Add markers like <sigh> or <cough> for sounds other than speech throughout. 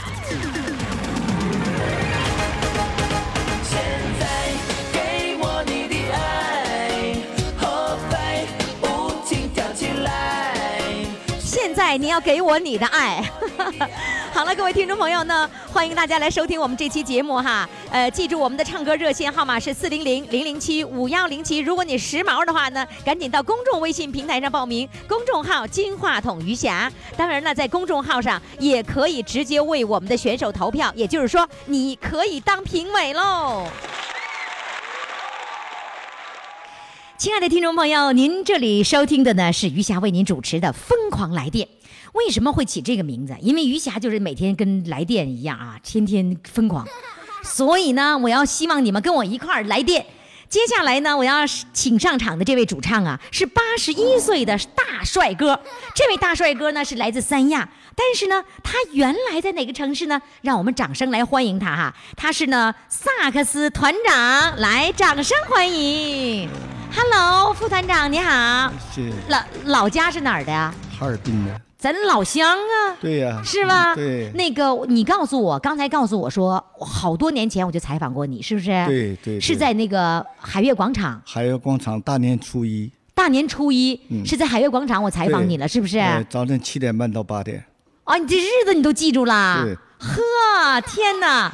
现在给我你的爱，后背不停跳起来。现在你要给我你的爱。 <laughs> 好了，各位听众朋友呢，欢迎大家来收听我们这期节目哈。呃，记住我们的唱歌热线号码是四零零零零七五幺零七。如果你时髦的话呢，赶紧到公众微信平台上报名，公众号“金话筒余霞”。当然了，在公众号上也可以直接为我们的选手投票，也就是说，你可以当评委喽。亲爱的听众朋友，您这里收听的呢是余霞为您主持的《疯狂来电》。为什么会起这个名字？因为余霞就是每天跟来电一样啊，天天疯狂。所以呢，我要希望你们跟我一块儿来电。接下来呢，我要请上场的这位主唱啊，是八十一岁的大帅哥。这位大帅哥呢是来自三亚，但是呢，他原来在哪个城市呢？让我们掌声来欢迎他哈！他是呢萨克斯团长，来掌声欢迎。Hello，副团长你好，谢谢老老家是哪儿的呀？哈尔滨的，咱老乡啊。对呀、嗯是吧？对那个你告诉我，刚才告诉我说，我好多年前我就采访过你，是不是？对对是对在那个海悦广场，海洋广场大年初一大年初一、嗯是在海悦广场，我采访对你了，是不是？呃早晨七点半到八点，哦，你这日子你都记住啦对？呵，天哪！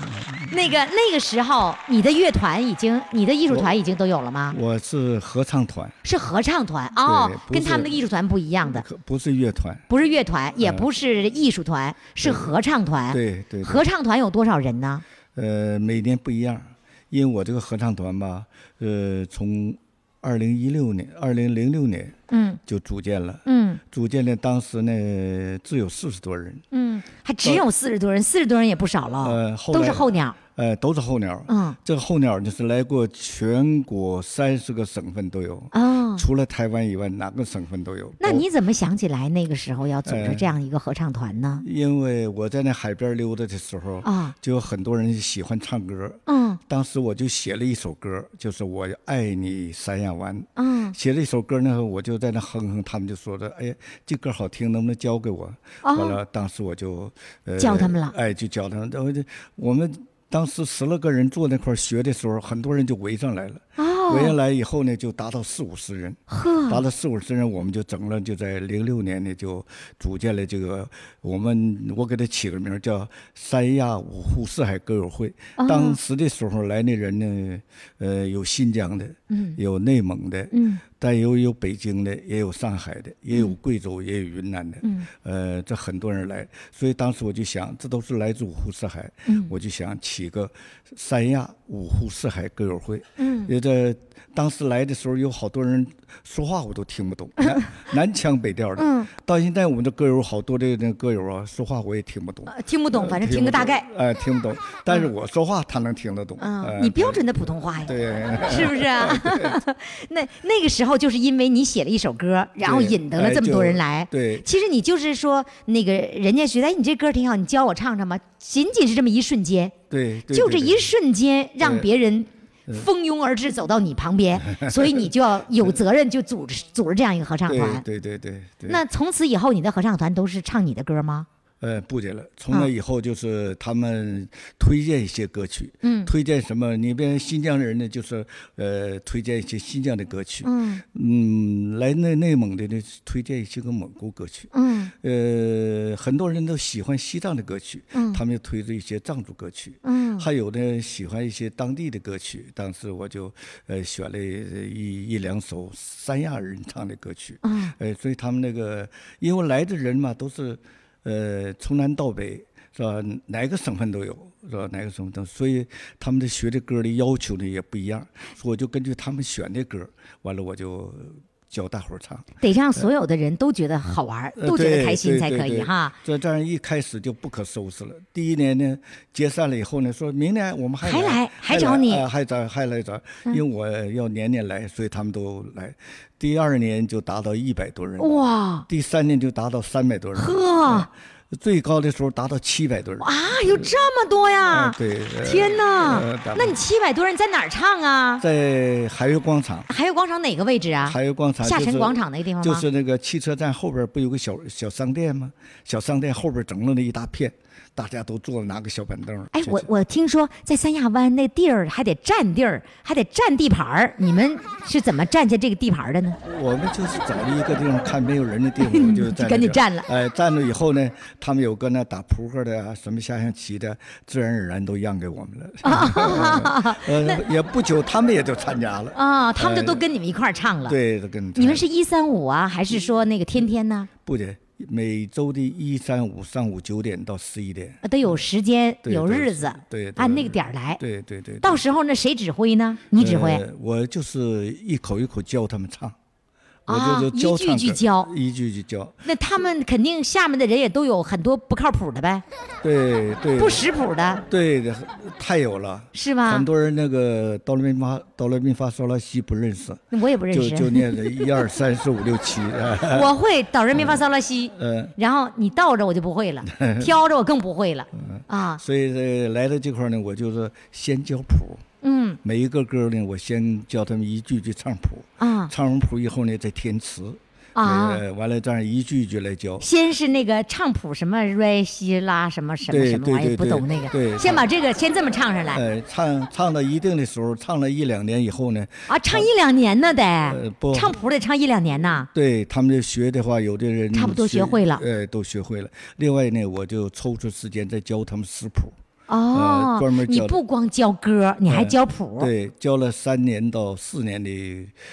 那个那个时候，你的乐团已经，你的艺术团已经都有了吗？我是合唱团，是合唱团哦对不，是跟他们的艺术团不一样的，可不是乐团，不是乐团，也不是艺术团，是合唱团。哎对对对啊合唱团有多少人呢？呃，每年不一样，因为我这个合唱团吧，呃，从二零一六年、二零零六年嗯就组建了，嗯组建了，当时呢只有四十多人，嗯，还只有四十多人，四十多人也不少了，呃后来都是候鸟。呃，都是候鸟，嗯，这个候鸟就是来过全国三十个省份都有，哦除了台湾以外，哪个省份都有。那包你怎么想起来那个时候要组织呃这样一个合唱团呢？因为我在那海边溜达的时候啊就有很多人喜欢唱歌。嗯当时我就写了一首歌，就是我爱你三亚湾。嗯，写了一首歌呢，我就在那哼哼，他们就说的，哎呀，这歌好听，能不能教给我？哦完了，当时我就、呃、教他们了哎，就教他们。然后就我们当时十来个人坐那块儿学的时候，很多人就围上来了。围上来以后呢，就达到四五十人。哦呵，达到四五十人，我们就整了，就在零六年呢，就组建了这个我们我给它起个名儿叫三亚五湖四海歌友会。哦当时的时候来那人呢，呃，有新疆的，有内蒙的，嗯但有有北京的，也有上海的，也有贵州，也有云南的，嗯呃，这很多人来，所以当时我就想，这都是来自五湖四海，嗯我就想起个三亚五湖四海歌友会。嗯，也这当时来的时候，有好多人说话我都听不 <laughs> 懂，南南腔北调的。嗯，到现在我们的歌友好多的那歌友啊，说话我也听不懂。呃听不懂，反正不听个大懂概。。哎、听 <laughs> 不懂，但是我说话他能听得懂。嗯呃，你标准的普通话呀，对。 <laughs> 是不是啊？ <laughs> 那那个时候就是因为你写了一首歌，然后对引得了哎这么多就人来。对其实你就是说，那个人家觉得哎，你这歌挺好，你教我唱唱吧。仅仅是这么一瞬间，对，对就这对一瞬间，让对嗯别人蜂拥而至走到你旁 <laughs> 边，所以你就要有责任就组织组织这样一个合唱团。对对对对对。那从此以后，你的合唱团都是唱你的歌吗？呃，不解了。从嗯那以后就是他们推荐一些歌曲，嗯推荐什么？你别新疆人呢，就是呃，推荐一些新疆的歌曲，嗯嗯，来内内蒙的呢，推荐一些个蒙古歌曲，嗯呃，很多人都喜欢西藏的歌曲，嗯他们就推着一些藏族歌曲，嗯还有的喜欢一些当地的歌曲。当时我就呃选了一一两首三亚人唱的歌曲，嗯呃，所以他们那个因为来的人嘛，都是呃从南到北。是吧？哪个省份都有，是吧？哪个省份都有，所以他们的学的歌的要求呢也不一样，所以我就根据他们选的歌，完了我就教大伙儿唱。得让所有的人都觉得好玩儿，呃都觉得对开心对才对可以对哈。这当然一开始就不可收拾了。第一年呢，解散了以后呢，说明年我们还还来还还找你嗯呃还找还来找，因为我要年年来，所以他们都来。第二年就达到一百多人，哇第三年就达到三百多人，呵，最高的时候达到七百多人。啊，有这么多呀啊！对，呃天哪呃咱，那们你七百多人在哪儿唱啊？在海悦广场。还有广场哪个位置啊？海悦广场下就沉是广场那个地方吗？就是那个汽车站后边不有个小小商店吗？小商店后边整了那一大片，大家都坐着拿个小板凳。哎，这我我听说在三亚湾那地儿还得占地儿，还得占地盘儿，嗯你们是怎么占下这个地盘儿的呢？我们就是找了一个地方看没有人的地 <laughs> 方，我就站赶紧站站了哎，站了以后呢，他们有搁那打扑克的啊，什么下象棋的，自然而然都让给我们 <laughs> 了。呃，也不久他们也就参加了。啊，他们就哎都跟你们一块儿唱了。，对，都跟你们是一三五啊，还是说那个天天呢？不的，每周的一三五上午九点到十一点。啊都有时间，对有对日子，对对按那个点儿来。对对对。对到时候那谁指挥呢？你指挥。呃我就是一口一口教他们唱，我啊就教一句唱一句歌教一句一句教。那他们肯定下面的人也都有很多不靠谱的呗，对对，不识谱的，对的，太有了。是吧？很多人那个哆来咪发哆来咪发嗦拉西不认识，我也不认就识。就念了一二三四五六七，哎我会导人民发骚拉西，嗯，然后你倒着我就不会 <laughs> 了，挑着我更不会了嗯啊，所以这来到这块儿呢，我就是先教谱，嗯每一个歌呢，我先教他们一句句唱谱，啊唱完谱以后呢，再填词，啊，呃，完了这样一句一句来教。先是那个唱谱什么瑞西拉什么什么对什么对玩意对儿，不对懂那个，对先把这个先这么唱上来呃，唱唱到一定的时候，唱了一两年以后呢，啊，唱一两年呢得不，唱谱得唱一两年呐，对他们这学的话，有的人差不多学会了呃，都学会了。另外呢，我就抽出时间再教他们识谱，哦呃专门，你教的不光教歌，你还哎教谱，对，教了三年到四年的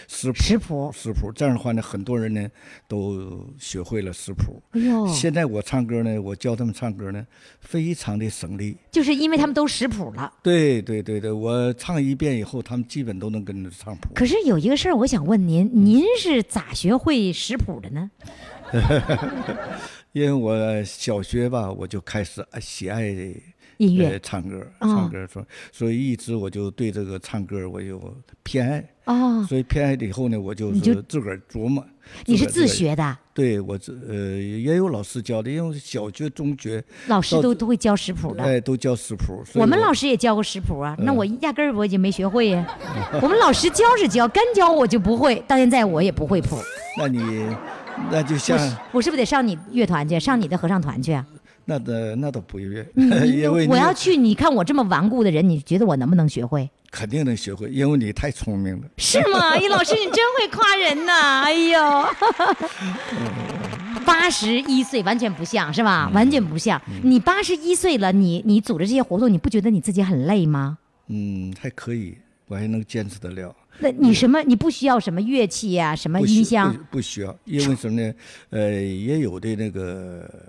识谱。识谱，识谱，这样的话呢，很多人呢都学会了识谱。哎呦，现在我唱歌呢，我教他们唱歌呢，非常的省力。就是因为他们都识谱了。对对对对，我唱一遍以后，他们基本都能跟着唱谱。可是有一个事儿，我想问您，嗯您是咋学会识谱的呢？因为我小学吧，我就开始爱喜爱音乐呃唱歌，哦唱歌说，所以一直我就对这个唱歌我有偏爱，哦，所以偏爱了以后呢，我就你就是自个儿琢磨。你是个儿自个儿？学的，对，我自呃也有老师教的，因为小学、中学老师到都都会教识谱的。哎都教识谱，所以嗯我们老师师也教过识谱啊，嗯那我压根儿我也没学会呀、 <laughs> 我们老师教是教，干教我就不会，到现在我也不会谱。那你那就像我是不是得上你乐团去，上你的合唱团 <laughs> 去啊？那的那倒不愿，<laughs> 嗯你因为我你要去，你看我这么顽固的人，你觉得我能不能 <laughs> 学会？肯定能学会，因为你太聪明了。是吗？哎易老师，你真会夸人呐！<laughs> 哎呦，八十一岁完全不像是吧？嗯完全不像。你八十一岁了，你你组织这些活动，你不觉得你自己很累吗？嗯，还可以，我还能坚持得了。那你什么？你不需要什么乐器呀、什么嗯不啊音需箱不？不需要，因为什么呢？ <laughs> 呃，也有的那个呃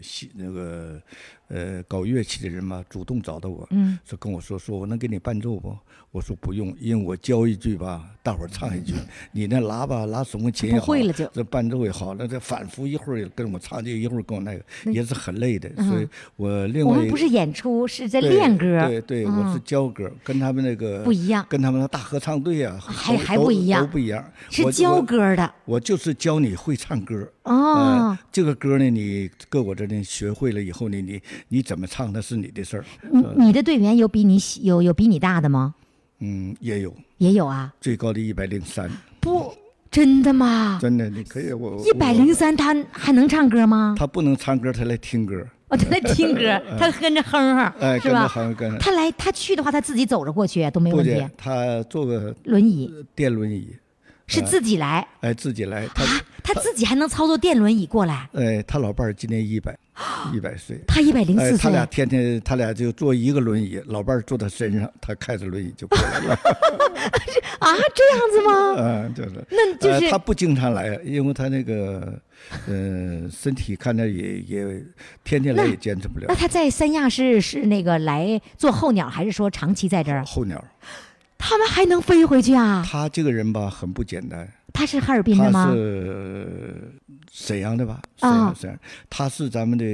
西那个呃搞乐器的人嘛，主动找到我，嗯，说跟我说说我能给你伴奏不？我说不用，因为我教一句吧，大伙儿唱 <laughs> 一句，你那拉吧拉手风琴也不好，会了就这伴奏也好，那这反复一会儿跟我唱这个，一会儿跟我那个，也是很累的，所以我另嗯我外们一不个是演出，是在对练歌。嗯对对，我是教歌，跟他们那个不一样跟他们的大合唱队啊，还都还不一样都不一样，是我教我歌的我就是教你会唱歌。哦呃，这个歌呢，你搁我这呢学会了以后呢，你你怎么唱那是你的事儿。你你的队员有比你喜有有比你大的吗？嗯，也有也有啊。最高的一百零三，不，真的吗？真的，你可以我啊一百零，三，他还能唱歌吗我？他不能唱歌，他来听歌。哦，他在听歌，他跟着哼哼，哎是跟吧？着哼跟着他来他去的话，他自己走着过去都没不哎问姐题。，他坐个呃轮椅电轮椅，是自己来哎，自己来。他啊，他自己还能操作电轮椅过来。哎，他老伴儿今年一百，一百岁。他一百零哎，四他岁俩，天天，他俩就坐一个轮椅，老伴儿坐他身上，他开着轮椅就过来了。 <laughs> 啊，这样子吗？嗯，就是，那 <laughs> 就是呃、他不经常来，因为他那个，呃，身体看着也也天天来那也坚持不了那。他在三亚是是那个来做候鸟，还是说长期在这儿？候鸟，他们还能飞回去啊？他这个人吧很不简单，他是哈尔滨的他吗？是沈阳的吧？沈啊阳，沈阳，他是咱们的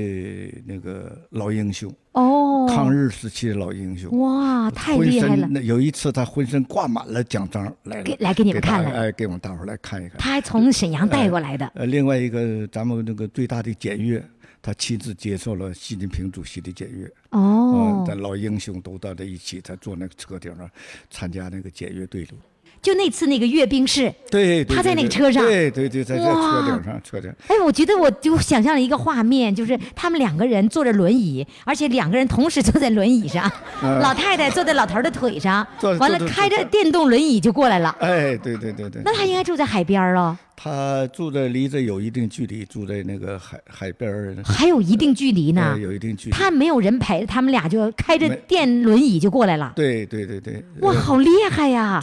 那个老英雄，哦，抗日时期的老英雄。哇，太浑厉害身了！那有一次，他浑身挂满了奖章来了给来给你们大看家了哎，给我们大伙儿来看一看。他还从沈阳带过来的，呃，另外一个，咱们那个最大的检阅，他亲自接受了习近平主席的检阅。哦嗯，，咱老英雄都到在一起，他坐那个车顶上参加那个检阅队伍。就那次那个阅兵式，对，对他对在那对个车上对对对，在在车哇顶上，车顶。哎，我觉得我就想象了一个画面，就是他们两个人坐着轮椅，而且两个人同时坐在轮椅上， <laughs> 嗯老太太坐在老头儿的腿上坐，完了坐坐开着坐电动轮椅就过来了。哎，对对对对。那他应该住在海边儿啊，他住在离这有一定距离，住在那个海海边儿，还有一定距离呢呃，。有一定距离。他没有人陪，他们俩就开着没电轮椅就过来了。对对对对，哇，呃好厉害呀！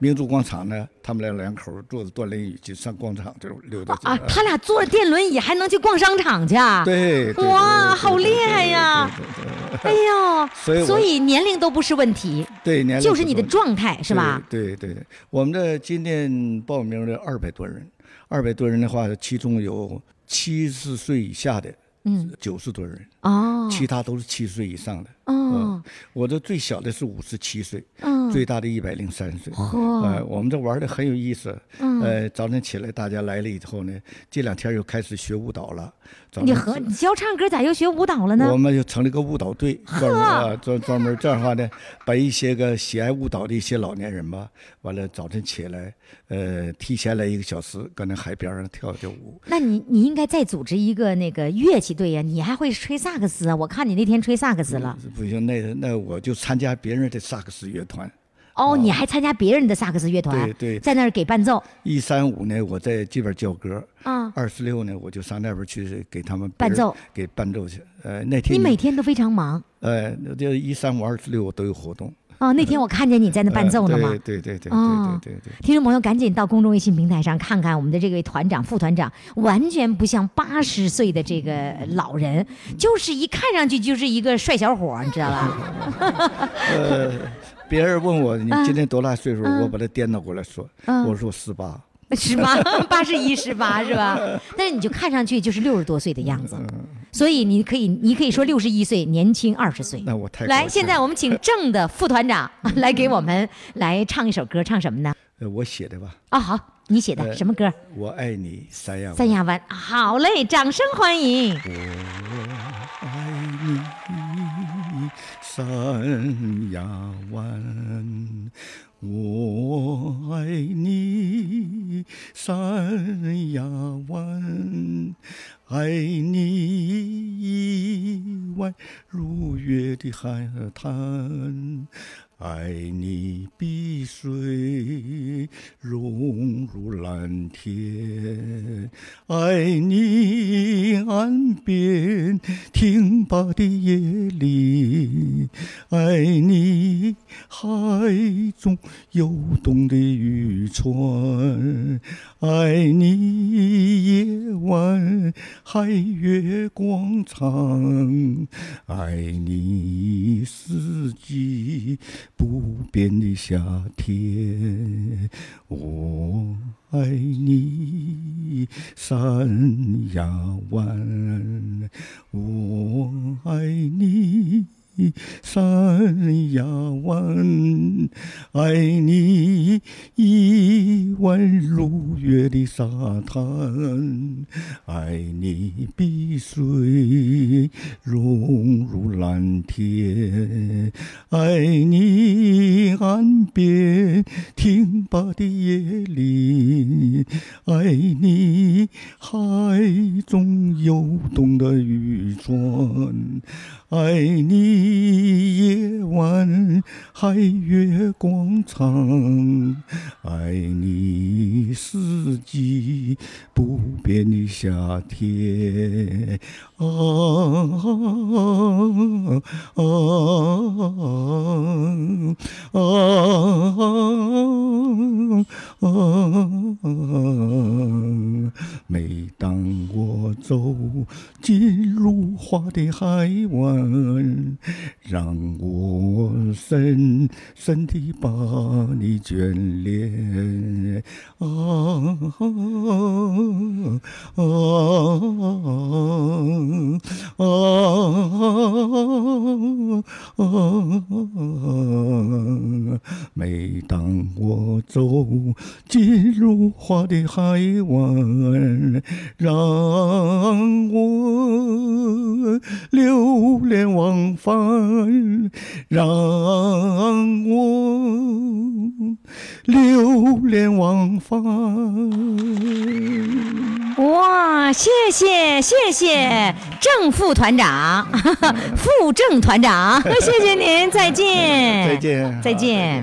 民族广场呢，他们俩两口儿坐着锻炼椅去上广场就溜达去啊，了他俩坐着电轮椅还能去逛商场去啊？对，对哇对好对厉对害对呀对对对哎呦，所以我年龄都不是问题，对，年龄就不是你的错状态是吧？对对对，我们这今天报名的二百多人，二百多人的话，其中有七十岁以下的，嗯，九十多人，哦，其嗯他都是七十岁以上的。啊哦，我这最小的是五十七岁，嗯，哦最大的一百零三岁。嚯呃，我们这玩的很有意思。嗯呃，早晨起来大家来了以后呢，这两天又开始学舞蹈了。早你晨和你教唱歌咋又学舞蹈了呢我？们就成立个舞蹈 <laughs> 队，专门啊专专门这样的话呢，把一些个喜爱舞蹈的一些老年人吧，完了早晨起来，呃，提前来一个小时，搁那海边上跳一跳舞。那你你应该再组织一个那个乐器队呀、你还会吹萨克斯啊？我看你那天吹萨克斯了。不行，那那我就参加别人的萨克斯乐团。哦，你还参加别人的萨克斯乐团，对对在那儿给伴奏一三五呢，我在这边教歌。啊。二十六呢，我就上那边去给他们别伴人奏，给伴奏去。呃，那天你每天都非常忙呃，就一三五二十六我都有活动。哦。那天我看见你在那伴奏呢嘛。呃对对对对哦对对对对。听众朋友，赶紧到公众微信平台上看看我们的这位团长、副团长，完全不像八十岁的这个老人，嗯就是一看上去就是一个帅小伙儿，你知道 <laughs> 吧？别人问我你嗯今年多大岁数，我把他颠倒过来说，我说我十八。是吧？八十一、十八是吧？但是你就看上去就是六十多岁的样子，嗯所以你可以，你可以说六十一岁年轻二十岁。那我太来，高兴现在我们请正的副团长 <laughs> 来给我们来唱一首歌，唱什么呢？呃，我写的吧，啊、好，你写的呃什么歌？我爱你三亚湾，三亚湾，好嘞，掌声欢迎。三亚湾，我爱你三亚湾，爱你意外如月的海滩，爱你碧水融入蓝天，爱你岸边挺拔的椰林，爱你海中游动的渔船，爱你夜晚海月广场，爱你四季不变的夏天，我爱你三亚湾，我爱你。三亚湾，爱你一湾如月的沙滩，爱你碧水融入蓝天，爱你岸边挺拔的椰林，爱你海中游动的渔船，爱你夜晚海月广场，爱你四季不变的夏天。啊啊啊啊！每当我走进如画的海湾，让我深深地把你眷恋啊啊啊啊！ <laughs> 每当我走进如画的海湾，让我流连忘返，让我流连忘返。哇，谢谢谢谢正副团长， <laughs> 副正团长，谢谢您，再见，哎再见，再见。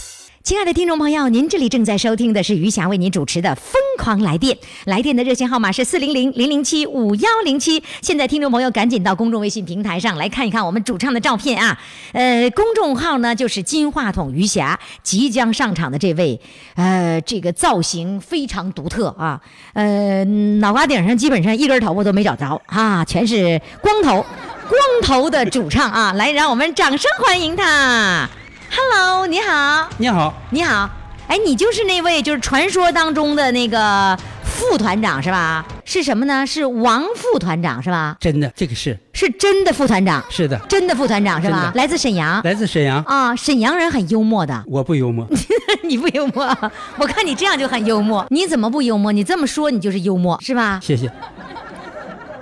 亲爱的听众朋友，您这里正在收听的是余霞为您主持的《疯狂来电》，来电的热线号码是四零零零零七五幺零七。现在听众朋友赶紧到公众微信平台上来看一看我们主唱的照片啊，呃，公众号呢就是金话筒余霞，即将上场的这位，呃，这个造型非常独特啊，呃，脑瓜顶上基本上一根头发都没找着啊，全是光头，光头的主唱啊，来，让我们掌声欢迎他。Hello，你好。你好，你好，哎，你就是那位就是传说当中的那个副团长是吧？是什么呢？是王副团长是吧？真的，这个是是真的副团长，是的，真的副团长是真吧的？来自沈阳来自沈阳，，啊，沈阳人很幽默的 <laughs> 我不幽默，你不幽默？我看你这样就很幽默，你怎么不幽默？你这么说你就是幽默是吧？谢谢。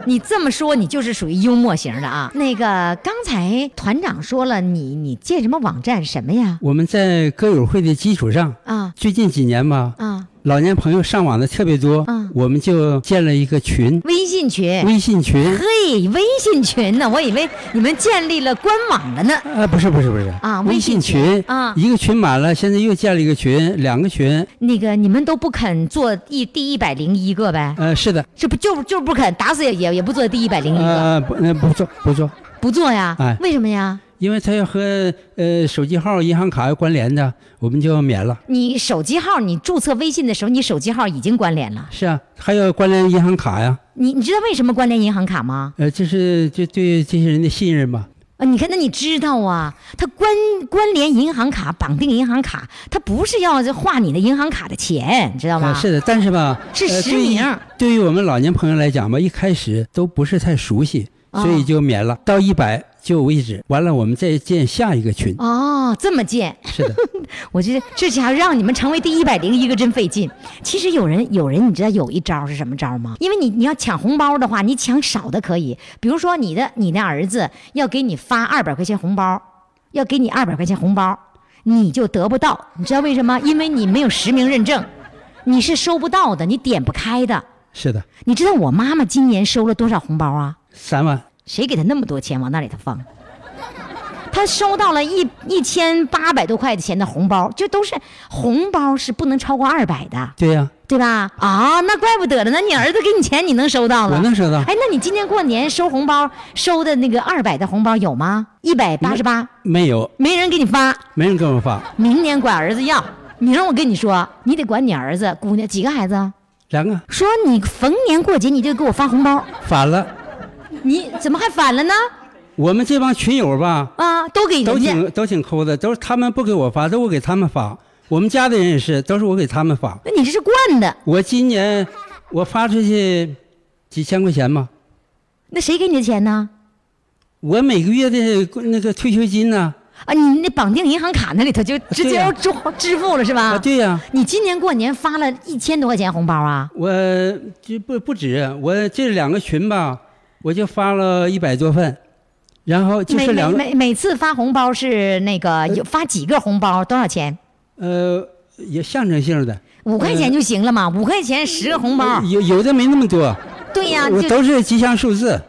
你这么说你就是属于幽默型的啊。那个刚才团长说了你，你建什么网站什么呀？我们在歌友会的基础上，啊最近几年吧，啊，老年朋友上网的特别多嗯，我们就建了一个群，微信群。微信群。嘿，微信群呢？我以为你们建立了官网了呢。啊，不是不是不是啊微微信信群群啊一个群满了，现在又建了一个群，两个群，那个你们都不肯做一第一百零一个呗？呃，是的，这不就就不肯，打死也也也不做第一百零一个，呃，不，呃，不做不做，不做呀？哎为什么呀？因为它要和呃手机号、银行卡要关联的，我们就免了。你手机号，你注册微信的时候，你手机号已经关联了。是啊，还要关联银行卡呀，你你知道为什么关联银行卡吗？呃，这是这对这些人的信任吧。啊，你看，那你知道啊，它关关联银行卡，绑定银行卡，它不是要划你的银行卡的钱，知道吗？啊，是的，但是吧，是呃实名儿对于。对于我们老年朋友来讲吧，一开始都不是太熟悉，哦所以就免了，到一百就为止。完了，我们再建下一个群。哦，这么贱。是的， <laughs> 我觉得这家伙让你们成为第一百零一个真费劲。其实有人有人，你知道有一招是什么招吗？因为你你要抢红包的话，你抢少的可以，比如说你的你的儿子要给你发二百块钱红包，要给你二百块钱红包，你就得不到，你知道为什么？因为你没有实名认证，你是收不到的，你点不开的。是的，你知道我妈妈今年收了多少红包啊？三万，谁给他那么多钱往那里头放？他收到了一一千八百多块钱的红包，就都是红包是不能超过二百的，对呀、对吧？啊，那怪不得了，那你儿子给你钱，你能收到了？我能收到哎，那你今年过年收红包收的那个二百的红包有吗？一百八十八，没有，没人给你发，没人给我发，明年管儿子要。明儿我跟你说，你得管你儿子，姑娘几个孩子啊？两个说你逢年过节你就给我发红包，反了。你怎么还反了呢？我们这帮群友吧，啊，都给都人家。挺都挺抠的，都是他们不给我发，都我给他们发。我们家的人也是，都是我给他们发。那你这是惯的，我今年我发出去几千块钱吧，那谁给你的钱呢？我每个月的那个退休金呢、啊，你那绑定银行卡那里头就直接啊对呀要支支付了是吧？啊，对呀、你今年过年发了一千多块钱红包啊？我这不不止，我这两个群吧，我就发了一百多份，然后就是两每个每每每次发红包是那个有发几个红包多少钱？呃也象征性的五块钱就行了呃嘛，五块钱十个红包，有有的没那么多，对呀，哎我啊哎就都是吉祥数字，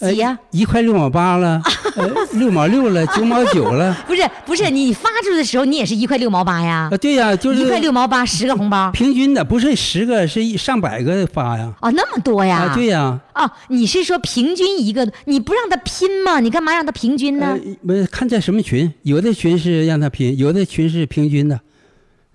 呃几呀？ <laughs> 一块六毛八了，呃，六毛六了，九毛九了，不是不是，你发出的时候你也是一块六毛八呀啊，，对呀，就是一块六毛八十个红 <laughs> 包平均的，不是十个，是一上百个发呀。哦，那么多呀？啊，对呀，哦，你是说平均一个，你不让他拼吗？你干嘛让他平均呢呃？，没看在什么群，有的群是让他拼，有的群是平均的。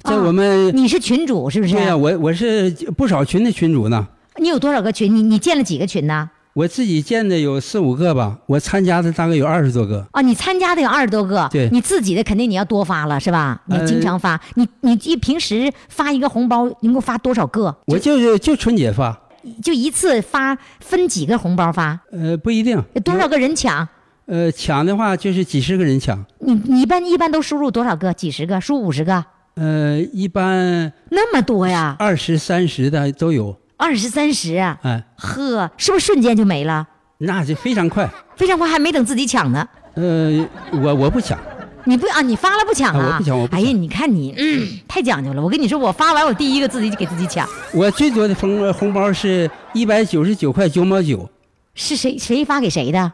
在啊我们你是群主是不是？呃对哎呀，我我是不少群的群主呢，你有多少个群？你你建了几个群呢？我自己建的有四五个吧，我参加的大概有二十多个。哦，你参加的有二十多个，对呃你自己的肯定你要多发了是吧？你要经常发，你你一平时发一个红包能够发多少个？我就是就春节发，就一次发分几个红包发？呃，不一定，有多少个人抢？呃，抢的话就是几十个人抢，你你一般一般都输入多少个？几十个？输五十个？呃，一般那么多呀？二十三十的都有，二十三十啊？哎，呵，是不是瞬间就没了？那就非常快。非常快，还没等自己抢呢。呃，我我不抢，你不啊？你发了不抢啊我不抢我不哎抢呀，你看你，嗯，太讲究了。我跟你说，我发完我第一个自己就给自己抢，我最多的红红包是一百九十九块九毛九，是谁谁发给谁的？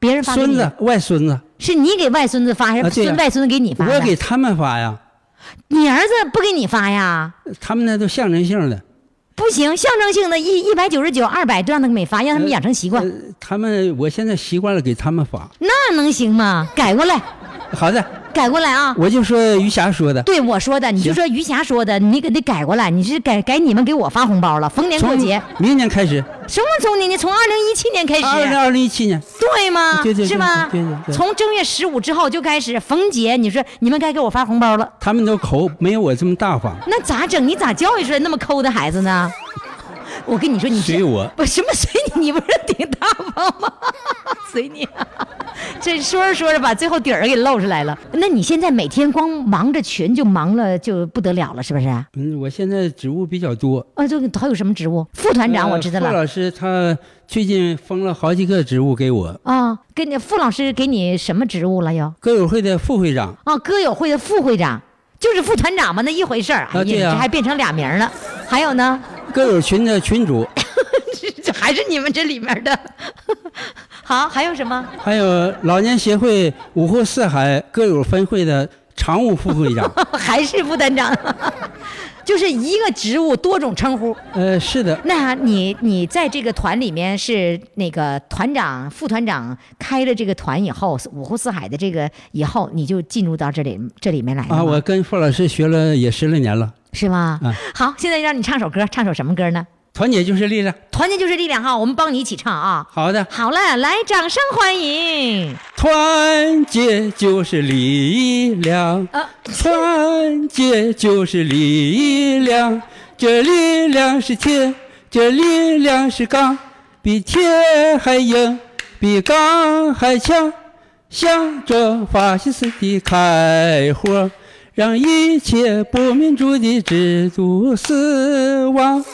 别人发给孙你子外孙子，是你给外孙子发还是啊对呀孙外孙子给你发的？我给他们发呀，你儿子不给你发呀？他们那都象征性的。不行，象征性的一一百九十九、二百都让他给没发，让他们养成习惯，呃他们我现在习惯了给他们发。那能行吗？改过来，好的，改过来啊！我就说于霞说的，对我说的，你就行说余霞说的，你给得改过来，你是改改你们给我发红包了，逢年过从节，明年开始，什么从年？你从二零一七年开始，二零二零一七年，对吗？对对对是吧？对对对从正月十五之后就开始逢节，你说你们该给我发红包了，他们都抠，没有我这么大方。 <laughs> 那咋整？你咋教育出来那么抠的孩子呢？我跟你说，你这随我不什么随你，你不是挺大方吗？ <laughs> 随你、 <laughs> 这说着说着把最后底儿给露出来了。那你现在每天光忙着群就忙了就不得了了，是不是？嗯，我现在职务比较多。哦，这个还有什么职务？副团长我知道呃傅了。老师他最近封了好几个职务给我，啊、跟你傅老师给你什么职务了又？歌友会的副会长。啊，歌友会的副会长，就是副团长嘛，那一回事儿。哎呀，啊对呀这还变成俩名儿了。还有呢，歌友群的 <laughs> 群主，这还是你们这里面的。好，还有什么？还有老年协会五湖四海歌友分会的常务副 <laughs> 会长。还是副团长， <laughs> 就是一个职务多种称呼。呃，是的，那你你在这个团里面是那个团长、副团长开了这个团以后，五湖四海的这个以后，你就进入到这里这里面来了吗啊，我跟傅老师学了也十来年了，是吗？嗯好，现在让你唱首歌，唱首什么歌呢？团结就是力量。团结就是力量哈，我们帮你一起唱啊。好的，好了，来，掌声欢迎！团结就是力量，啊团结就是力量，这力量是铁，这力量是钢，比铁还硬，比钢还强。向着法西斯的开火，让一切不民主的制度死亡。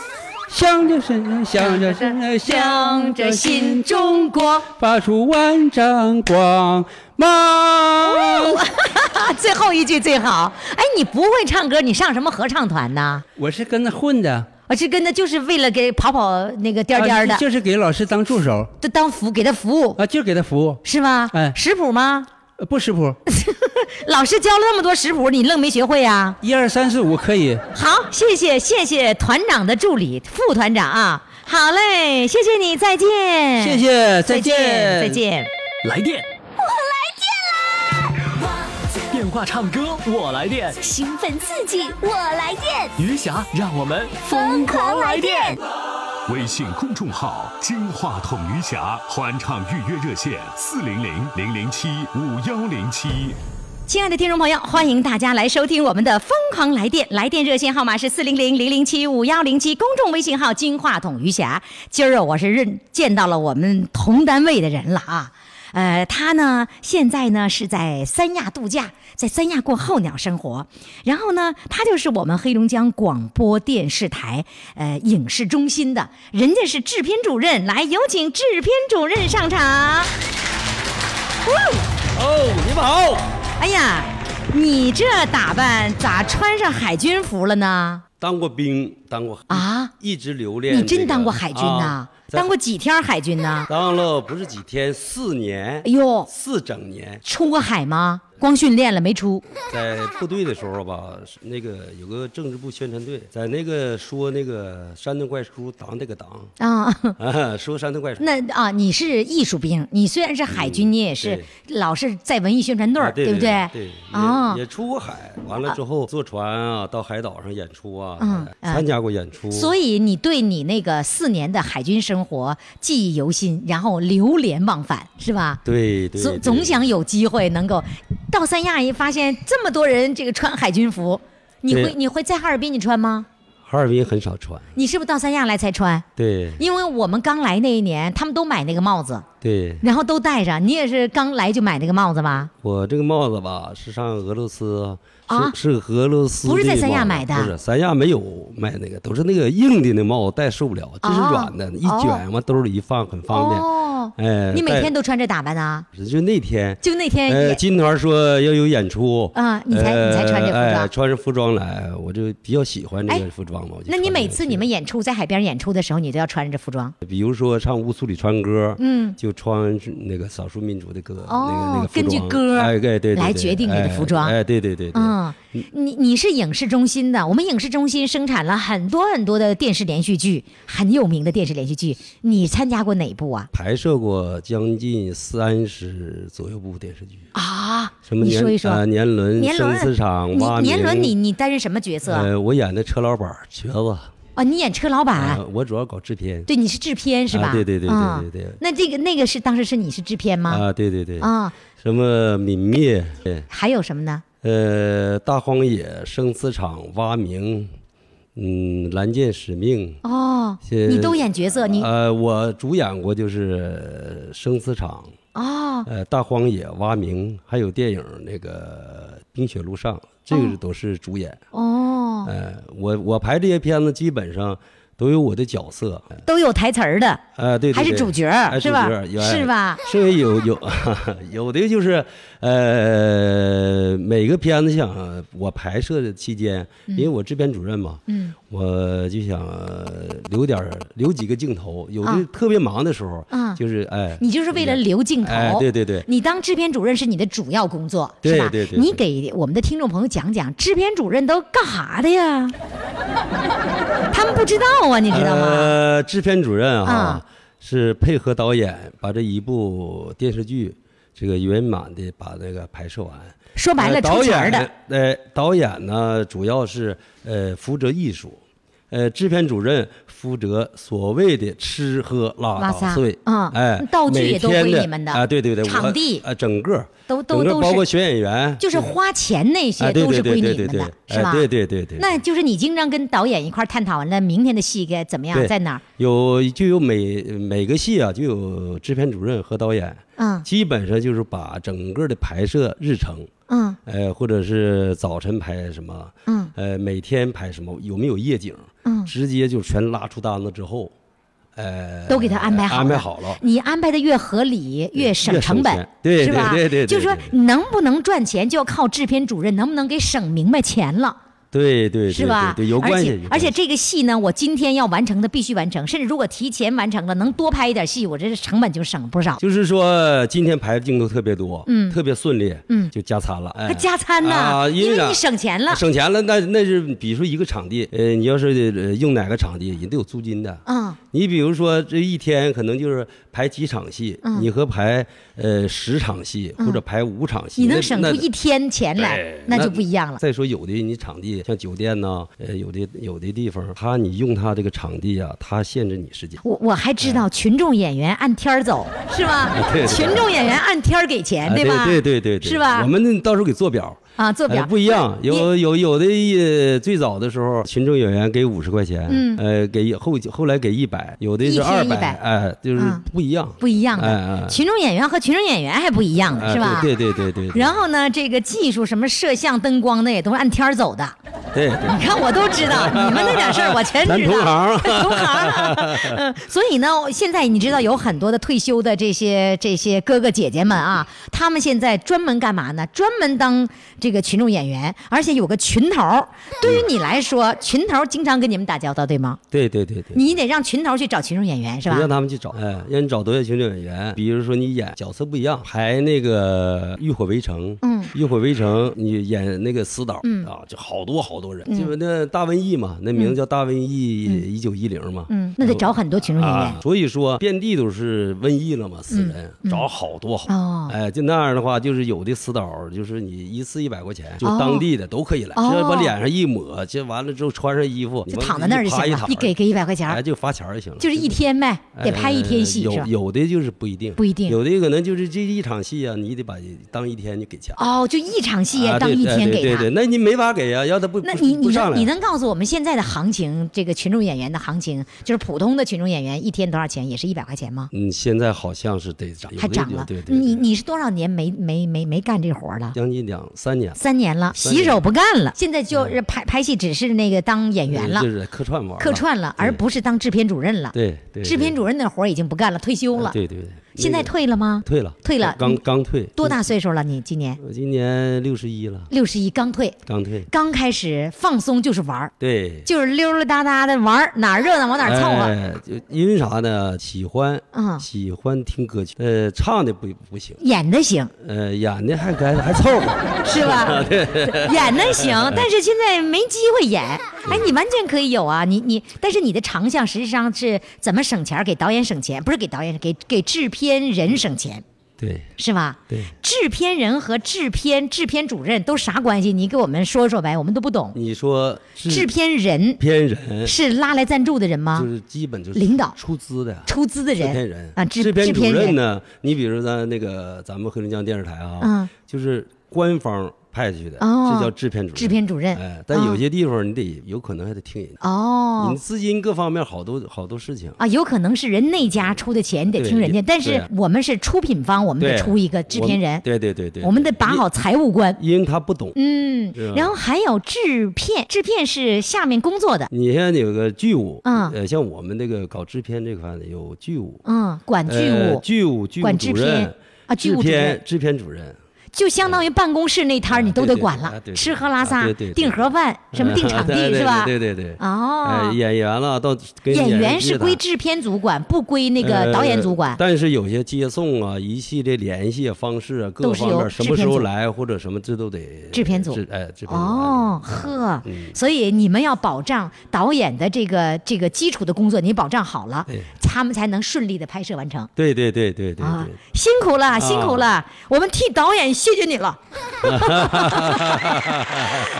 向着神，向着神，向着心中国，发出万丈光芒。 <laughs> 最后一句最好。哎，你不会唱歌，你上什么合唱团呢？我是跟他混的，我是跟他就是为了给跑跑那个颠儿颠儿的，啊就是给老师当助手就当服给他服务。啊，就给他服务，是吗？哎食谱吗？呃不识谱，老师教了那么多食谱，你愣没学会呀、一二三四五可以。好，谢谢谢谢团长的助理副团长啊，好嘞，谢谢你，再见，谢，谢，哎再见，再。见。来电，我来电啦！电话唱歌，我来电。兴奋刺激，我来电，余霞，让我们疯狂来电！微信公众号“金话筒余霞”欢唱预约热线：四零零零零七五幺零七。亲爱的听众朋友，欢迎大家来收听我们的《疯狂来电》，来电热线号码是四零零零零七五幺零七，公众微信号“金话筒余霞”。今儿啊我是认见到了我们同单位的人了啊。呃，他呢，现在呢是在三亚度假，在三亚过候鸟生活。然后呢，他就是我们黑龙江广播电视台呃影视中心的，人家是制片主任。来，有请制片主任上场。哦，你们好，哎呀，你这打扮咋穿上海军服了呢？当过兵，当过啊，一直留恋、你这真个当过海军呐、啊在当过几天海军呐、当了不是几天，四年。哎呦四整年，出过海吗？光训练了没出？在部队的时候吧，是那个有个政治部宣传队，在那个说那个山东怪叔党这个党啊， <laughs> 啊，说山东怪叔。那啊，你是艺术兵，你虽然是海军，你也是老是在文艺宣传队儿，嗯啊对不对对？对，也啊也出过海，完了之后坐船啊，到海岛上演出啊，嗯啊参加过演出。所以你对你那个四年的海军生活记忆犹新，然后流连忘返，是吧？对对，总对总想有机会能够到三亚，一发现这么多人这个穿海军服，你会对你会在哈尔滨你穿吗？哈尔滨很少穿，你是不是到三亚来才穿？对因为我们刚来那一年，他们都买那个帽子，对，然后都戴上。你也是刚来就买那个帽子吧？我这个帽子吧是上俄罗斯，啊是是俄罗斯不是在这个三亚帽子买的不是三亚没有卖那个，都是那个硬的那帽子，戴受不了，这是哦软的，一哦卷往兜里一放很方便。哦，哎，你每戴天都穿这打扮啊？就那天。就那天呃，也金团说要有演出啊你才呃你才穿这服装哎哎穿着服装来，我就比较喜欢这个服装嘛。我就那你穿每这个次服你们演出在海边演出的时候，你都要穿着服装，装，比如说唱乌苏里川歌，嗯，就穿那个少数民族的歌，那个哦那个服根据装歌哎，对对对，来对决定你的哎服装哎，对对对，对嗯，你你是影视中心的，我们影视中心生产了很多很多的电视连续剧，很有名的电视连续剧，你参加过哪部啊？拍摄过将近三十左右部电视剧，啊，什么你年说一说啊年轮、年轮生死场、蛙你年轮鸣你你担任什么角色啊？呃，我演的车老板儿瘸子，哦，你演车老板，呃我主要搞制片，对，你是制片是吧？啊对对对对嗯对对对那这个那个是当时是你是制片吗？啊，对对对，啊什么泯灭，还有什么呢？呃，大荒野、生死场、蛙鸣，嗯，蓝剑使命。哦，是你都演角色，你呃，我主演过就是《生死场》，哦，呃，《大荒野》《蛙鸣》，还有电影那个《冰雪路上》，这个都是主演。哦，呃，我我拍这些片子基本上都有我的角色，都有台词儿的，呃，对对对，还是主角哎是吧主角有是吧？哎剩下有有 <laughs> 有的就是呃，每个片子想我拍摄的期间，因为我制片主任嘛，嗯，我就想留点儿留几个镜头，有啊的特别忙的时候，啊就是哎，你就是为了留镜头。哎，对对对，你当制片主任是你的主要工作，对是吧？对对对你给我们的听众朋友讲讲，制片主任都干哈的呀？ <laughs> 他们不知道啊，你知道吗？呃，制片主任啊啊，是配合导演把这一部电视剧这个圆满的把那个拍摄完。说白了，呃出导钱儿演的，呃，导演呢主要是呃负责艺术，呃，制片主任负责所谓的吃喝拉拉撒打碎，嗯哎，道具也都归每天你们的啊，对对对，我场地啊，整个都都整个都包括是，选演员，就是啊，花钱那些对都对是对归你对对们对，的，是哎吧？对对对对，那就是你经常跟导演一块儿探讨完了明天的戏该怎么样，对在哪儿？有就有每每个戏啊就有制片主任和导演，嗯基本上就是把整个的拍摄日程，嗯呃，或者是早晨拍什么，嗯呃，每天拍什么，有没有夜景，嗯，直接就全拉出单子之后，呃，都给他安排好了安排好了。你安排的越合理，越省越省成本钱，对是吧？对对对对就是说对能不能赚钱，就要靠制片主任能不能给省明白钱了。对对对是吧？对，对有关系。有而且而关系且这个戏呢，我今天要完成的必须完成，甚至如果提前完成了，能多拍一点戏，我这成本就省不少。就是说，今天排的镜头特别多，嗯特别顺利，嗯就加餐了，哎还，加餐呢，啊因因为为啥你省钱了。省钱了。那那是比如说一个场地，呃，你要是呃用哪个场地，人都有租金的。嗯，你比如说这一天可能就是排几场戏，嗯你和排呃十场戏或者排五场戏，你那能省出那一天钱来对，那就不一样了。再说有的你场地像酒店呐，呃，有的有的地方，他你用他这个场地啊，他限制你时间。我我还知道群众演员按天儿走是吧？哎啊对对 <laughs> 群众演员按天儿给钱啊对吧？对对对对，是吧？我们到时候给做表。啊，做表呃、不一样，你有有有的呃最早的时候，群众演员给五十块钱，嗯呃，给后后来给一百，有的一是天二100百，哎，就是嗯不一样，不一样哎的，哎群众演员和群众演员还不一样呢，哎是吧？对对对对对。然后呢，这个技术什么摄像、灯光的也都是按天儿走的，对， <laughs> 你看我都知 <laughs> 道，你们那点事儿我全知道。咱同行 <laughs> <laughs> 同行。嗯， <laughs> 所以呢，现在你知道有很多的退休的这些这些哥哥姐姐们啊，他们现在专门干嘛呢？专门当这个群众演员，而且有个群头儿。对于你来说，群头儿经常跟你们打交道，对吗？对对对对。你得让群头儿去找群众演员，是吧你？让他们去找，哎，让你找多角群众演员，比如说你演角色不一样，排那个《浴火围城》，嗯《浴火围城》你演那个死岛，啊，就好多好多人，嗯基本那大瘟疫嘛，那名字叫大瘟疫一九一零嘛，嗯，那得找很多群众演员啊，。所以说遍地都是瘟疫了嘛，死人、找好多好，哦哎，就那样的话，就是有的死岛就是你一次一百块钱，就当地的都可以来，哦只要把脸上一抹，这完了之后穿上衣服，就躺在那儿就一趴行一了躺，，一给给一百块钱哎，儿，就发钱儿就行了，就是一天呗，哎。得拍一天戏是吧有？有的就是不一定，不一定有的可能就是这一场戏啊，你得把当一天就给钱，哦，就一场戏啊当对一天给对对他对，。那你没法给呀，要他不那不你不你上来能你能告诉我们现在的行情，这个群众演员的行情，就是普通的群众演员一天多少钱？也是一百块钱吗？嗯，现在好像是得涨，有还的涨就了对？对，你对你是多少年没没没没干这活儿了？将近两三年了。三年了，三洗手不干了，现在就是拍拍戏，只是那个当演员了就，是客串玩儿了，客串了，而不是当制片主任了。对对制片主任那活儿已经不干了，退休任了。对对对，现在那个退了吗？退了，退了刚嗯刚退，多？大岁数了？你今年我今年六十一了，六十一，刚退，刚退，刚开始放松就是玩儿，对，就是溜溜达达的玩儿，哪儿热闹往哪儿凑合。哎就因为啥呢？喜欢嗯喜欢听歌曲，呃，唱的不不行，演的行呃，演的还该还凑 <laughs> 合，是 <laughs> 吧？演的行，但是现在没机会演。哎，你完全可以有啊，你你，但是你的长项实际上是怎么省钱儿，给导演省钱，不是给导演，给给制片人省钱，对是吧？对。制片人和制片制片主任都啥关系？你给我们说说呗，我们都不懂。你说制片人片人是拉来赞助的人吗就？是基本就是领导出资的，出资的制片人人啊，制制片制主片任人呢？你比如说咱那个咱们黑龙江电视台啊，嗯就是官方派去的，哦这叫制片主任。制片主任嗯哎，但有些地方你得有可能还得听人家，哦你资金各方面好多好多事情。啊，有可能是人那家出的钱，你得嗯对听人家，也但对是啊我们是出品方，我们得对，啊出一个制我片们人。对对对对，我们得把好财务关。因，因为他不懂。嗯是，吧然后还有制片，制片是下面工作的，你像有个剧务，嗯呃，像我们那个搞制片这块的有剧务，嗯，管剧呃务，剧务，剧务管制主片任啊，剧制务主任片，制片主任，就相当于办公室那摊儿啊你都对得对管对了啊对，对吃喝拉啊撒对对、对订盒饭，什么定场 <laughs> 对地对是吧？对对对，哦哎，演员了，到跟演员一是起归打制片组管，不归那个导演组呃管。但是有些接送啊，一系列联系啊方式啊，各都是方由面制什么时片候组来或者什么，这都得制片组制哎，制片组嗯哦，安排呵，所以你们要保障导演的这个这个基础的工作，你保障好了对，他们才能顺利的拍摄完成。对对对对对啊对，，辛苦了，辛苦了，我们替导演谢谢你 <laughs> 了。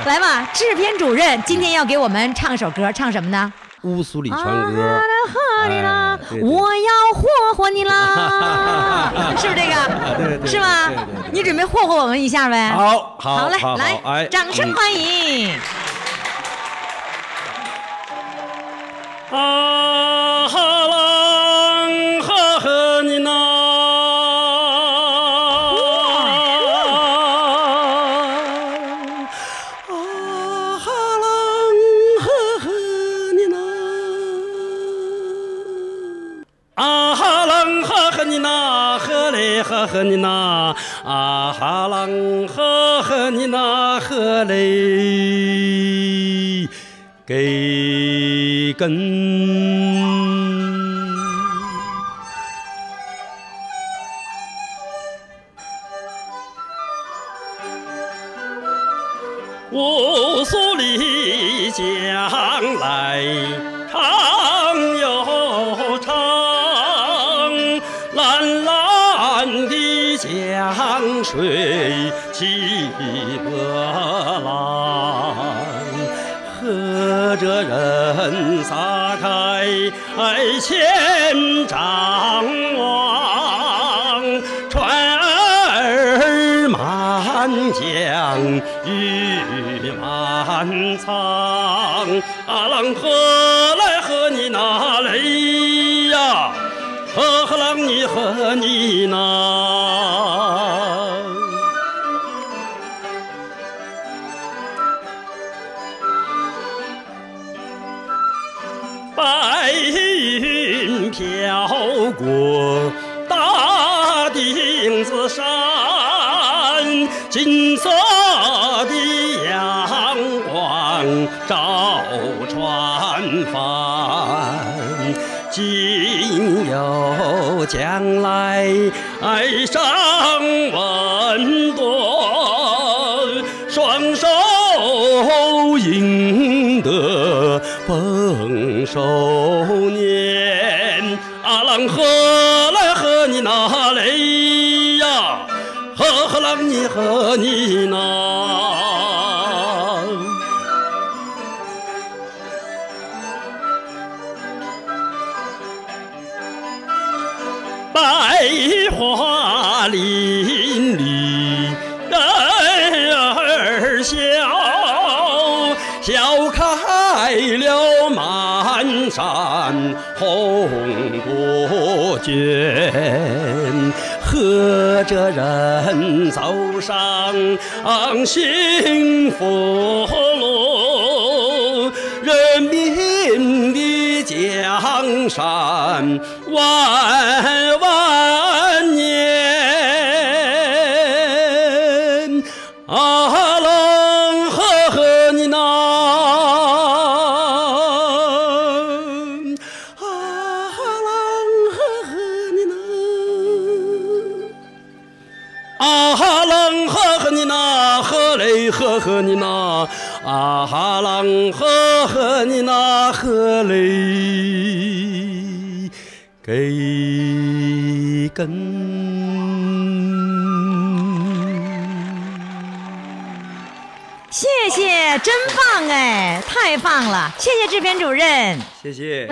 来吧，制片主任今天要给我们唱首歌，唱什么呢？乌苏里船歌，喝你啦哎，对对我要霍霍你 <laughs> 啦，是不是这对个？对对是吧对对？你准备霍霍我们一下呗？好好好嘞，好来，哎，掌声嗯欢迎。啊哈郎哈呵你呐，啊哈郎哈呵你呐。啊哈郎哈呵你呐，呵嘞呵呵你呐，啊哈郎哈呵你呐，呵嘞给根。乌苏里江来长又长，蓝蓝的江水起波澜。喝着人撒开千丈望，船儿满江，鱼满仓，阿郎喝来喝你那嘞呀，喝喝郎你喝你那。飘过大顶子山，金色的阳光照船帆。今有将来，爱上温暖，双手赢得丰收年。阿郎喝来喝你那嘞呀，喝喝郎你喝你那。百花林里人儿笑，笑开了满山红果卷，和着人走上幸福路。人民的江山万万年。阿郎呵呵你呐，阿郎呵呵你呐。啊哈郎呵呵你呐，呵嘞呵呵你呐，啊哈郎呵呵你呐，呵嘞给根。谢谢，真棒哎，太棒了！谢谢制片主任。谢谢。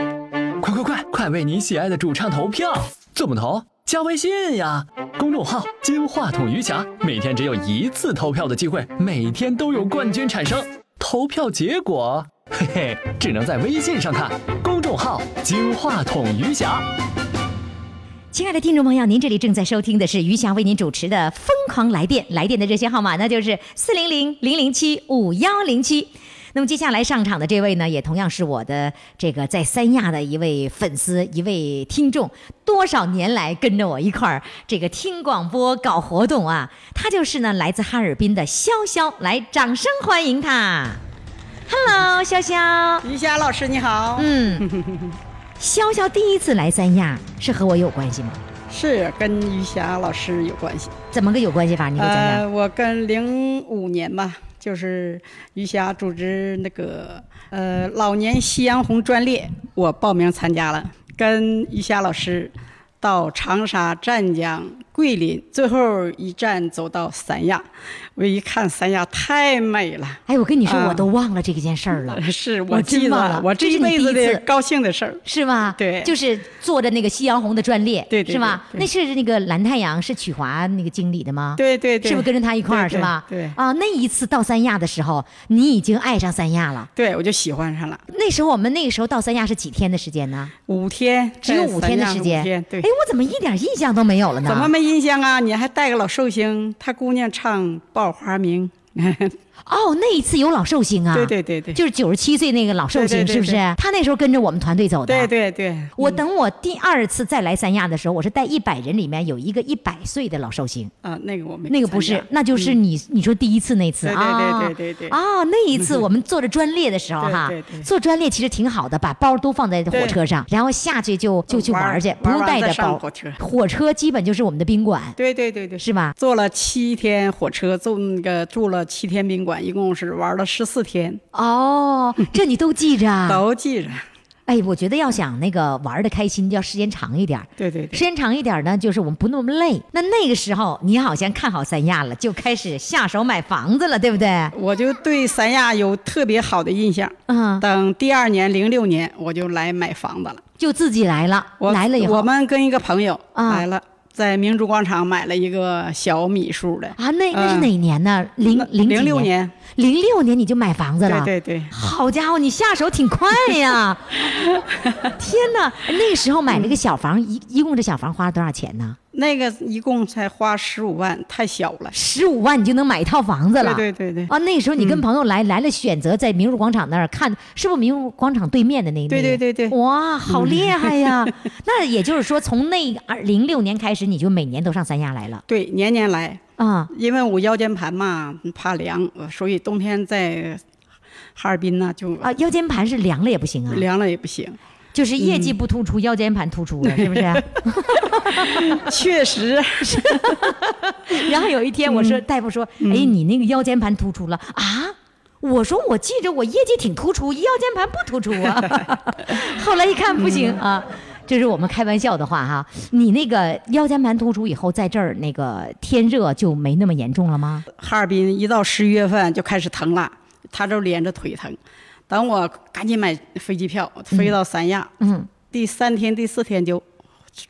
快快快，快为你喜爱的主唱投票！怎么投？加微信呀，公众号“金话筒余霞”，每天只有一次投票的机会，每天都有冠军产生。投票结果，嘿嘿，只能在微信上看。公众号“金话筒余霞”。亲爱的听众朋友，您这里正在收听的是余霞为您主持的《疯狂来电》，来电的热线号码那就是四零零零零七五幺零七。那么接下来上场的这位呢，也同样是我的这个在三亚的一位粉丝，一位听众，多少年来跟着我一块儿这个听广播、搞活动啊。他就是呢，来自哈尔滨的潇潇，来，掌声欢迎他。Hello，潇潇。于霞老师你好，嗯，潇潇第一次来三亚是和我有关系吗？是跟于霞老师有关系。怎么个有关系法？你给我讲讲。呃，我跟零五年吧，就是于霞组织那个呃老年夕阳红专列，我报名参加了，跟于霞老师到长沙、湛江、桂林，最后一站走到三亚。我一看三亚太美了，哎，我跟你说，啊我都忘了这件事儿了。 <laughs> 是我我真记得忘了了我这这是一你辈第子一的次高兴的事儿。是吧？对就是坐着那个夕阳红的专列，对对是吧？对对那是那个蓝太阳是曲华那个经理的吗？对对对，是不是跟着他一块儿对是吧？对对啊，那一次到三亚的时候，你已经爱上三亚了。对，我就喜欢上了。那时候我们那个时候到三亚是几天的时间呢？五天，只有在五天的三亚时间。五天，对哎，。我怎么一点印象都没有了呢？怎么没印象啊？你还带个老寿星，他姑娘唱《报花名》 <laughs> 哦，那一次有老寿星啊！对对对对就是九十七岁那个老寿星，对对对是不是对？他那时候跟着我们团队走的。对对对，嗯我等我第二次再来三亚的时候，我是带一百人里面有一个一百岁的老寿星，啊，那个我没那个不是参加，嗯那就是你、你说第一次那次对对啊，对对对对嗯啊，那一次我们坐着专列的时候对哈对，对坐专列其实挺好的，把包都放在火车上，然后下去就就去玩儿玩儿去，不玩用完带再着上包。火车火车基本就是我们的宾馆，对对对对，是吧？坐了七天火车，住那个住了七天宾馆，一共是玩了十四天，哦，这你都记着啊。嗯都记着。哎，我觉得要想那个玩的开心，要时间长一点儿。对对对时间长一点儿呢，就是我们不那么累。那那个时候，你好像看好三亚了，就开始下手买房子了，对不对？我就对三亚有特别好的印象。嗯，等第二年零六年，我就来买房子了。就自己来了。我来了以后，我们跟一个朋友啊来了，在明珠广场买了一个小米数的啊，那那是哪嗯年呢？零那零几零六年。年，零六年你就买房子了，对对对好家伙，你下手挺快 <laughs> 呀！天哪，那个时候买了个小房，一一共这小房花了多少钱呢？那个一共才花十五万，太小了。十五万你就能买一套房子了，对对对对嗯啊，那个时候你跟朋友来、来了，选择在明珠广场那儿看，是不是明珠广场对面的那对对对对，嗯哇，好厉害呀！ <laughs> 那也就是说，从那二零六年开始，你就每年都上三亚来了。对，年年来啊，因为我腰间盘嘛，怕凉，呃所以冬天在哈尔滨呢就啊，腰间盘是凉了也不行啊，凉了也不行，就是业绩不突出，腰间盘突嗯出了，是不啊是？ <laughs> 确实。然后有一天，我嗯说、大夫说，哎，你那个腰间盘突出了啊。我说我记着我业绩挺突出，腰间盘不突出啊。 <laughs> 后来一看不行、嗯啊，这是我们开玩笑的话哈、你那个腰间盘突出以后，在这儿那个天热就没那么严重了吗？哈尔滨一到十一月份就开始疼了，他就连着腿疼。等我赶紧买飞机票飞到三亚，嗯，第三天、第四天就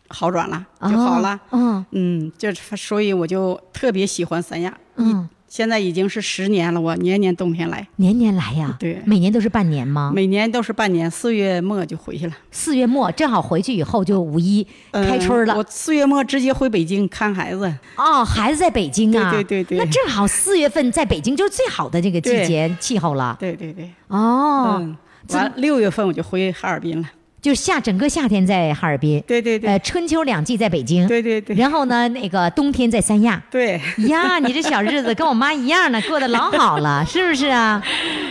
好转了，就好了。嗯嗯，就是所以我就特别喜欢三亚，嗯，现在已经是十年了，我年年冬天来，年年来呀，对每年都是半年吗？每年都是半年，四月末就回去了。四月末正好回去以后就五一嗯开春了我，四月末直接回北京看孩子，哦，孩子在北京啊，对对对对那正好四月份在北京就是最好的这个季对节气候了。对对对，哦，嗯，完六月份我就回哈尔滨了，就是夏整个夏天在哈尔滨，对对对呃，春秋两季在北京，对对对然后呢，那个冬天在三 <laughs> 亚。对，呀，你这小日子跟我妈一样呢，过得老好 <laughs> 了，是不是啊？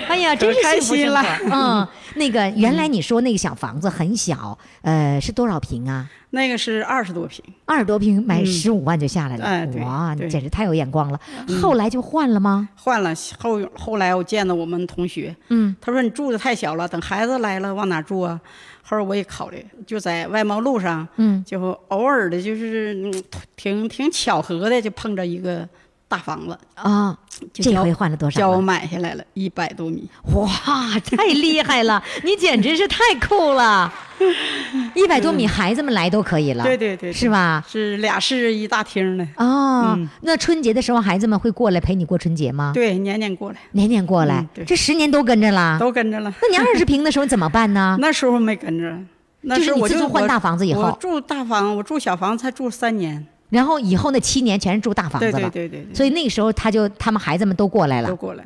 哎呀，真是可开幸福心生了嗯活嗯，那个原来你说那个小房子很小，呃，是多少平啊？那个是二十多平，二十多平，买嗯十五万就下来了，哎对哇，你对嗯简直太有眼光了。后来就换了吗？换了后后来我见到我们同学，嗯，他说你住的太小了，等孩子来了往哪住啊？后来我也考虑，就在外贸路上，嗯，就偶尔的，就是嗯挺挺巧合的，就碰着一个大房子，啊、就这叫回换了多少啊？叫我买下来了，一百多米，哇，太厉害 <laughs> 了！你简直是太酷了，一百多米，孩子们来都可以了，嗯对对对对是吧？是俩室一大厅的，哦，那春节的时候，孩子们会过来陪你过春节吗？，对，年年过来，年年过来嗯，对这十年都跟着啦。都跟着了。那你二十平的时候怎么办呢？那时候没跟着， <laughs> 那啊就是时候你我自从换大房子以后我住大房，我住小房才住三年，然后以后那七年全是住大房子对了，对对对对，所以那个时候他就他们孩子们都过来了都，过来。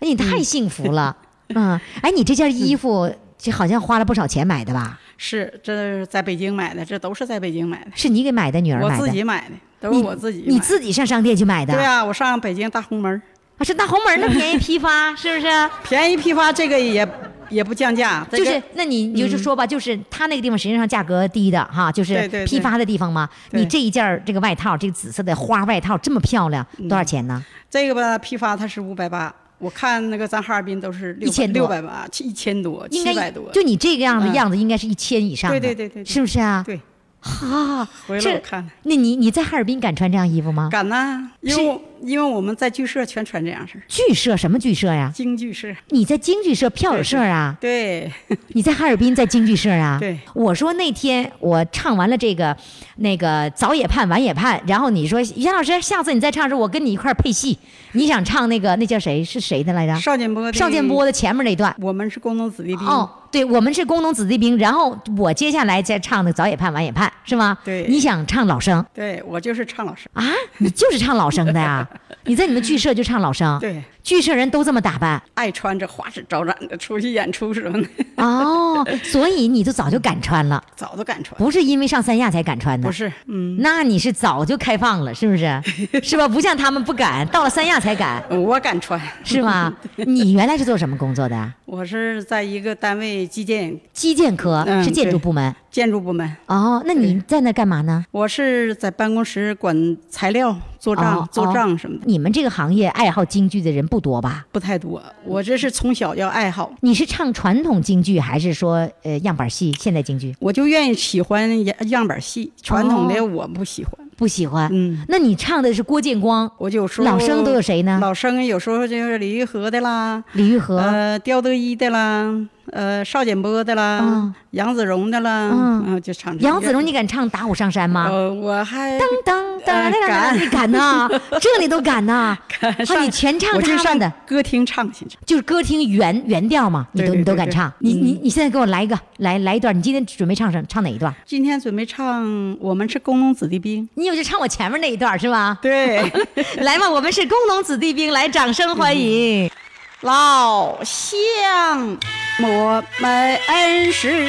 哎，你太幸福了，嗯，哎，你这件衣服这好像花了不少钱买的吧？是，这是在北京买的，这都是在北京买的，是你给买的，女儿我买的，自己买的，都是你我自己买的。你自己上商店去买的，对啊，我上北京大红门儿，啊，是大红门的便宜批 <laughs> 发，是不是？便宜批发这个也也不降价，这就个嗯是，那你你就是说吧，就是他那个地方实际上价格低的哈，就是对对对批发的地方嘛。对你这一件儿这个外套，这个紫色的花外套这么漂亮，嗯多少钱呢？这个吧，批发它是五百八，我看那个咱哈尔滨都是六1000六多百八，一千多，应七该百多，就你这个样的嗯样子，应该是一千以上的，对对对对对是不是啊？对，啊，回来这我看了。那你你在哈尔滨敢穿这样衣服吗？敢呐，因为我因为我们在剧社全穿这样式儿，剧社什么剧社呀？京剧社，你在京剧社、票友社啊？对，你在哈尔滨在京剧社啊？对，我说那天我唱完了这个，那个早也盼晚也盼，然后你说杨老师，下次你再唱的时候，我跟你一块儿配戏。你想唱那个那叫谁是谁的来着？邵建波的啊邵建波的前面那段。我们是工农子弟兵，哦，对，我们是工农子弟兵，然后我接下来再唱的早也盼晚也盼，是吗？对你想唱老生对我就是唱老师，啊？你就是唱老生的 <laughs> 呀、你在你们剧社就唱老生，对，剧社人都这么打扮爱穿着花枝招展的出去演出什么的， <laughs> 哦，所以你就早就敢穿了，早都敢穿，不是因为上三亚才敢穿的，不是，嗯，那你是早就开放了，是不 <laughs> 是？是吧？不像他们不敢，到了三亚才敢，嗯我敢穿，是吧？你原来是做什么工作的啊？我是在一个单位基建基建科嗯是建筑部门。建筑部门，哦，那你在那干嘛呢？我是在办公室管材料、做账、哦做哦账什么的，你们这个行业爱好京剧的人不多吧？不太多。我这是从小要爱好，你是唱传统京剧，还是说呃样板戏、现代京剧？我就愿意喜欢样样板戏，传统的哦我不喜欢。不喜欢。嗯，那你唱的是郭建光、我就说老生都有谁呢老生有时候就是李玉和的啦，李玉和、呃呃，刁德一的啦，呃，邵简波的啦，杨子荣的啦，啊嗯嗯，就唱这杨子个荣，你敢唱《打虎上山》吗？呃，我还当当当呃当当，敢你敢 <laughs> 呐？这你都敢呐？啊，你全唱我就他上们的，歌厅唱去。就是歌厅原原调嘛，你对都对你都对敢对唱。你你嗯你现在给我来一个，来来一段。你今天准备唱什么？唱哪一段？今天准备唱《我们是工农子弟兵你有就唱我前面那一段是吧？对， <laughs> 来嘛，我们是工农子弟兵，来掌声欢迎。》，老乡，我们是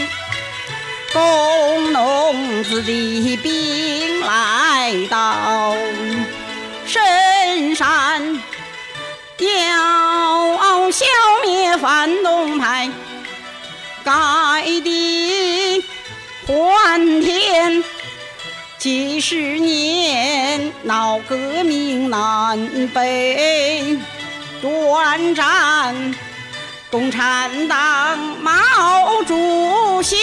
工农子弟兵，来到深山，要消灭反动派，改地还天。几十年闹革命南北，短暂，共产党毛主席，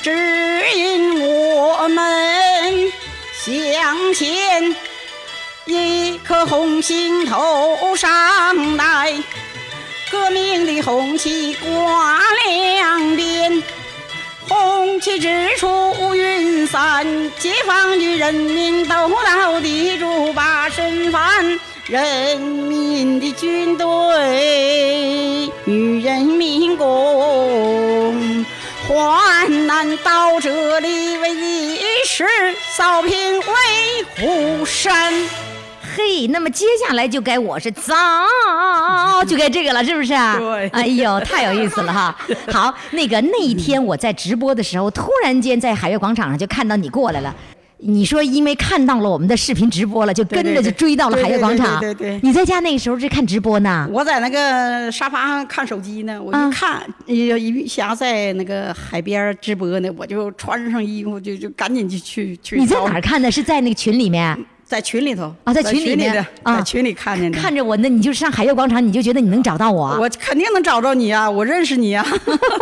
指引我们向前，一颗红星头上来，革命的红旗挂两边。红旗直出云散，解放军人民都到地主把身翻，人民的军队与人民共。患难到这里为一时，扫平为湖山。嘿，那么接下来就该我是早，就该这个了，是不是啊？对哎呦，太有意思了哈！好，那个那一天我在直播的时候，突然间在海悦广场上就看到你过来了。你说因为看到了我们的视频直播了，就跟着对就对追到了海悦广场。对对对对对你在家那时候是看直播呢？我在那个沙发上看手机呢，我啊就看呃有余霞在那个海边直播呢，我就穿上衣服就就赶紧就去去。你在哪儿？看的？是在那个群里面？在群里头啊在在群里里面的，啊在群里看见的。看着我，那你就上海悦广场，你就觉得你能找到我？嗯 <laughs> 我肯定能找着你啊！我认识你啊！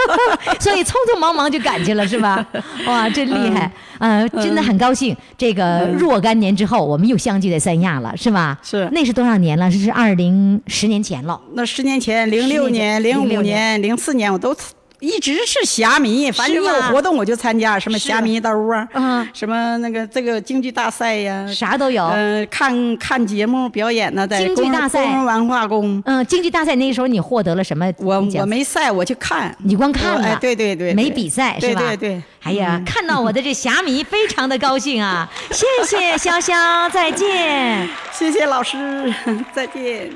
<laughs> 所以匆匆忙忙就赶去了，是 <laughs> 吧？哇，真厉害！嗯呃，真的很高兴，这个若干年之后，我们又相聚在三亚了，是吧？是那是多少年了？这是二零十年前了。那十年前，零六年、零06五年、零四年，我都一直是侠迷，反正是一吧有活动我就参加，什么侠迷兜啊，嗯什么那个这个京剧大赛呀、啥都有嗯、看看节目表演呢，在京剧工大赛工人文化宫，嗯，京剧大赛那时候你获得了什么？我我。没赛，我去看。你光看了，我哎对对对对没比赛是对吧？对对嗯哎呀，看到我的这侠迷，非常的高兴啊！谢谢潇潇，再见。谢谢老师， <laughs> 再见。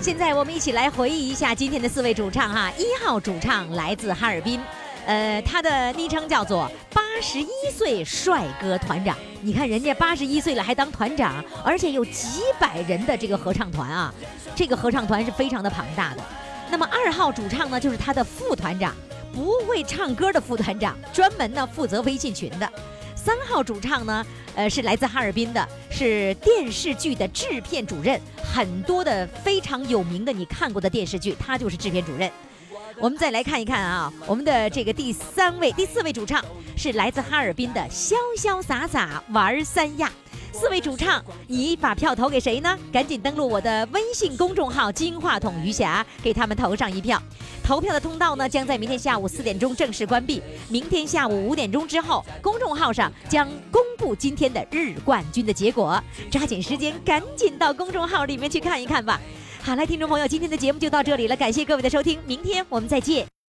现在我们一起来回忆一下今天的四位主唱哈。一号主唱来自哈尔滨，呃，他的昵称叫做“八十一岁帅哥团长”。你看人家八十一岁了还当团长，而且有几百人的这个合唱团啊，这个合唱团是非常的庞大的。那么二号主唱呢，就是他的副团长，不会唱歌的副团长，专门呢负责微信群的。三号主唱呢，呃，是来自哈尔滨的，是电视剧的制片主任，很多的非常有名的你看过的电视剧，他就是制片主任。我们再来看一看啊，我们的这个第三位、第四位主唱是来自哈尔滨的潇潇洒洒玩三亚。四位主唱，你把票投给谁呢？赶紧登录我的微信公众号“金话筒余霞”，给他们投上一票。投票的通道呢，将在明天下午四点钟正式关闭。明天下午五点钟之后，公众号上将公布今天的日冠军的结果。抓紧时间，赶紧到公众号里面去看一看吧。好了，听众朋友，今天的节目就到这里了，感谢各位的收听，明天我们再见。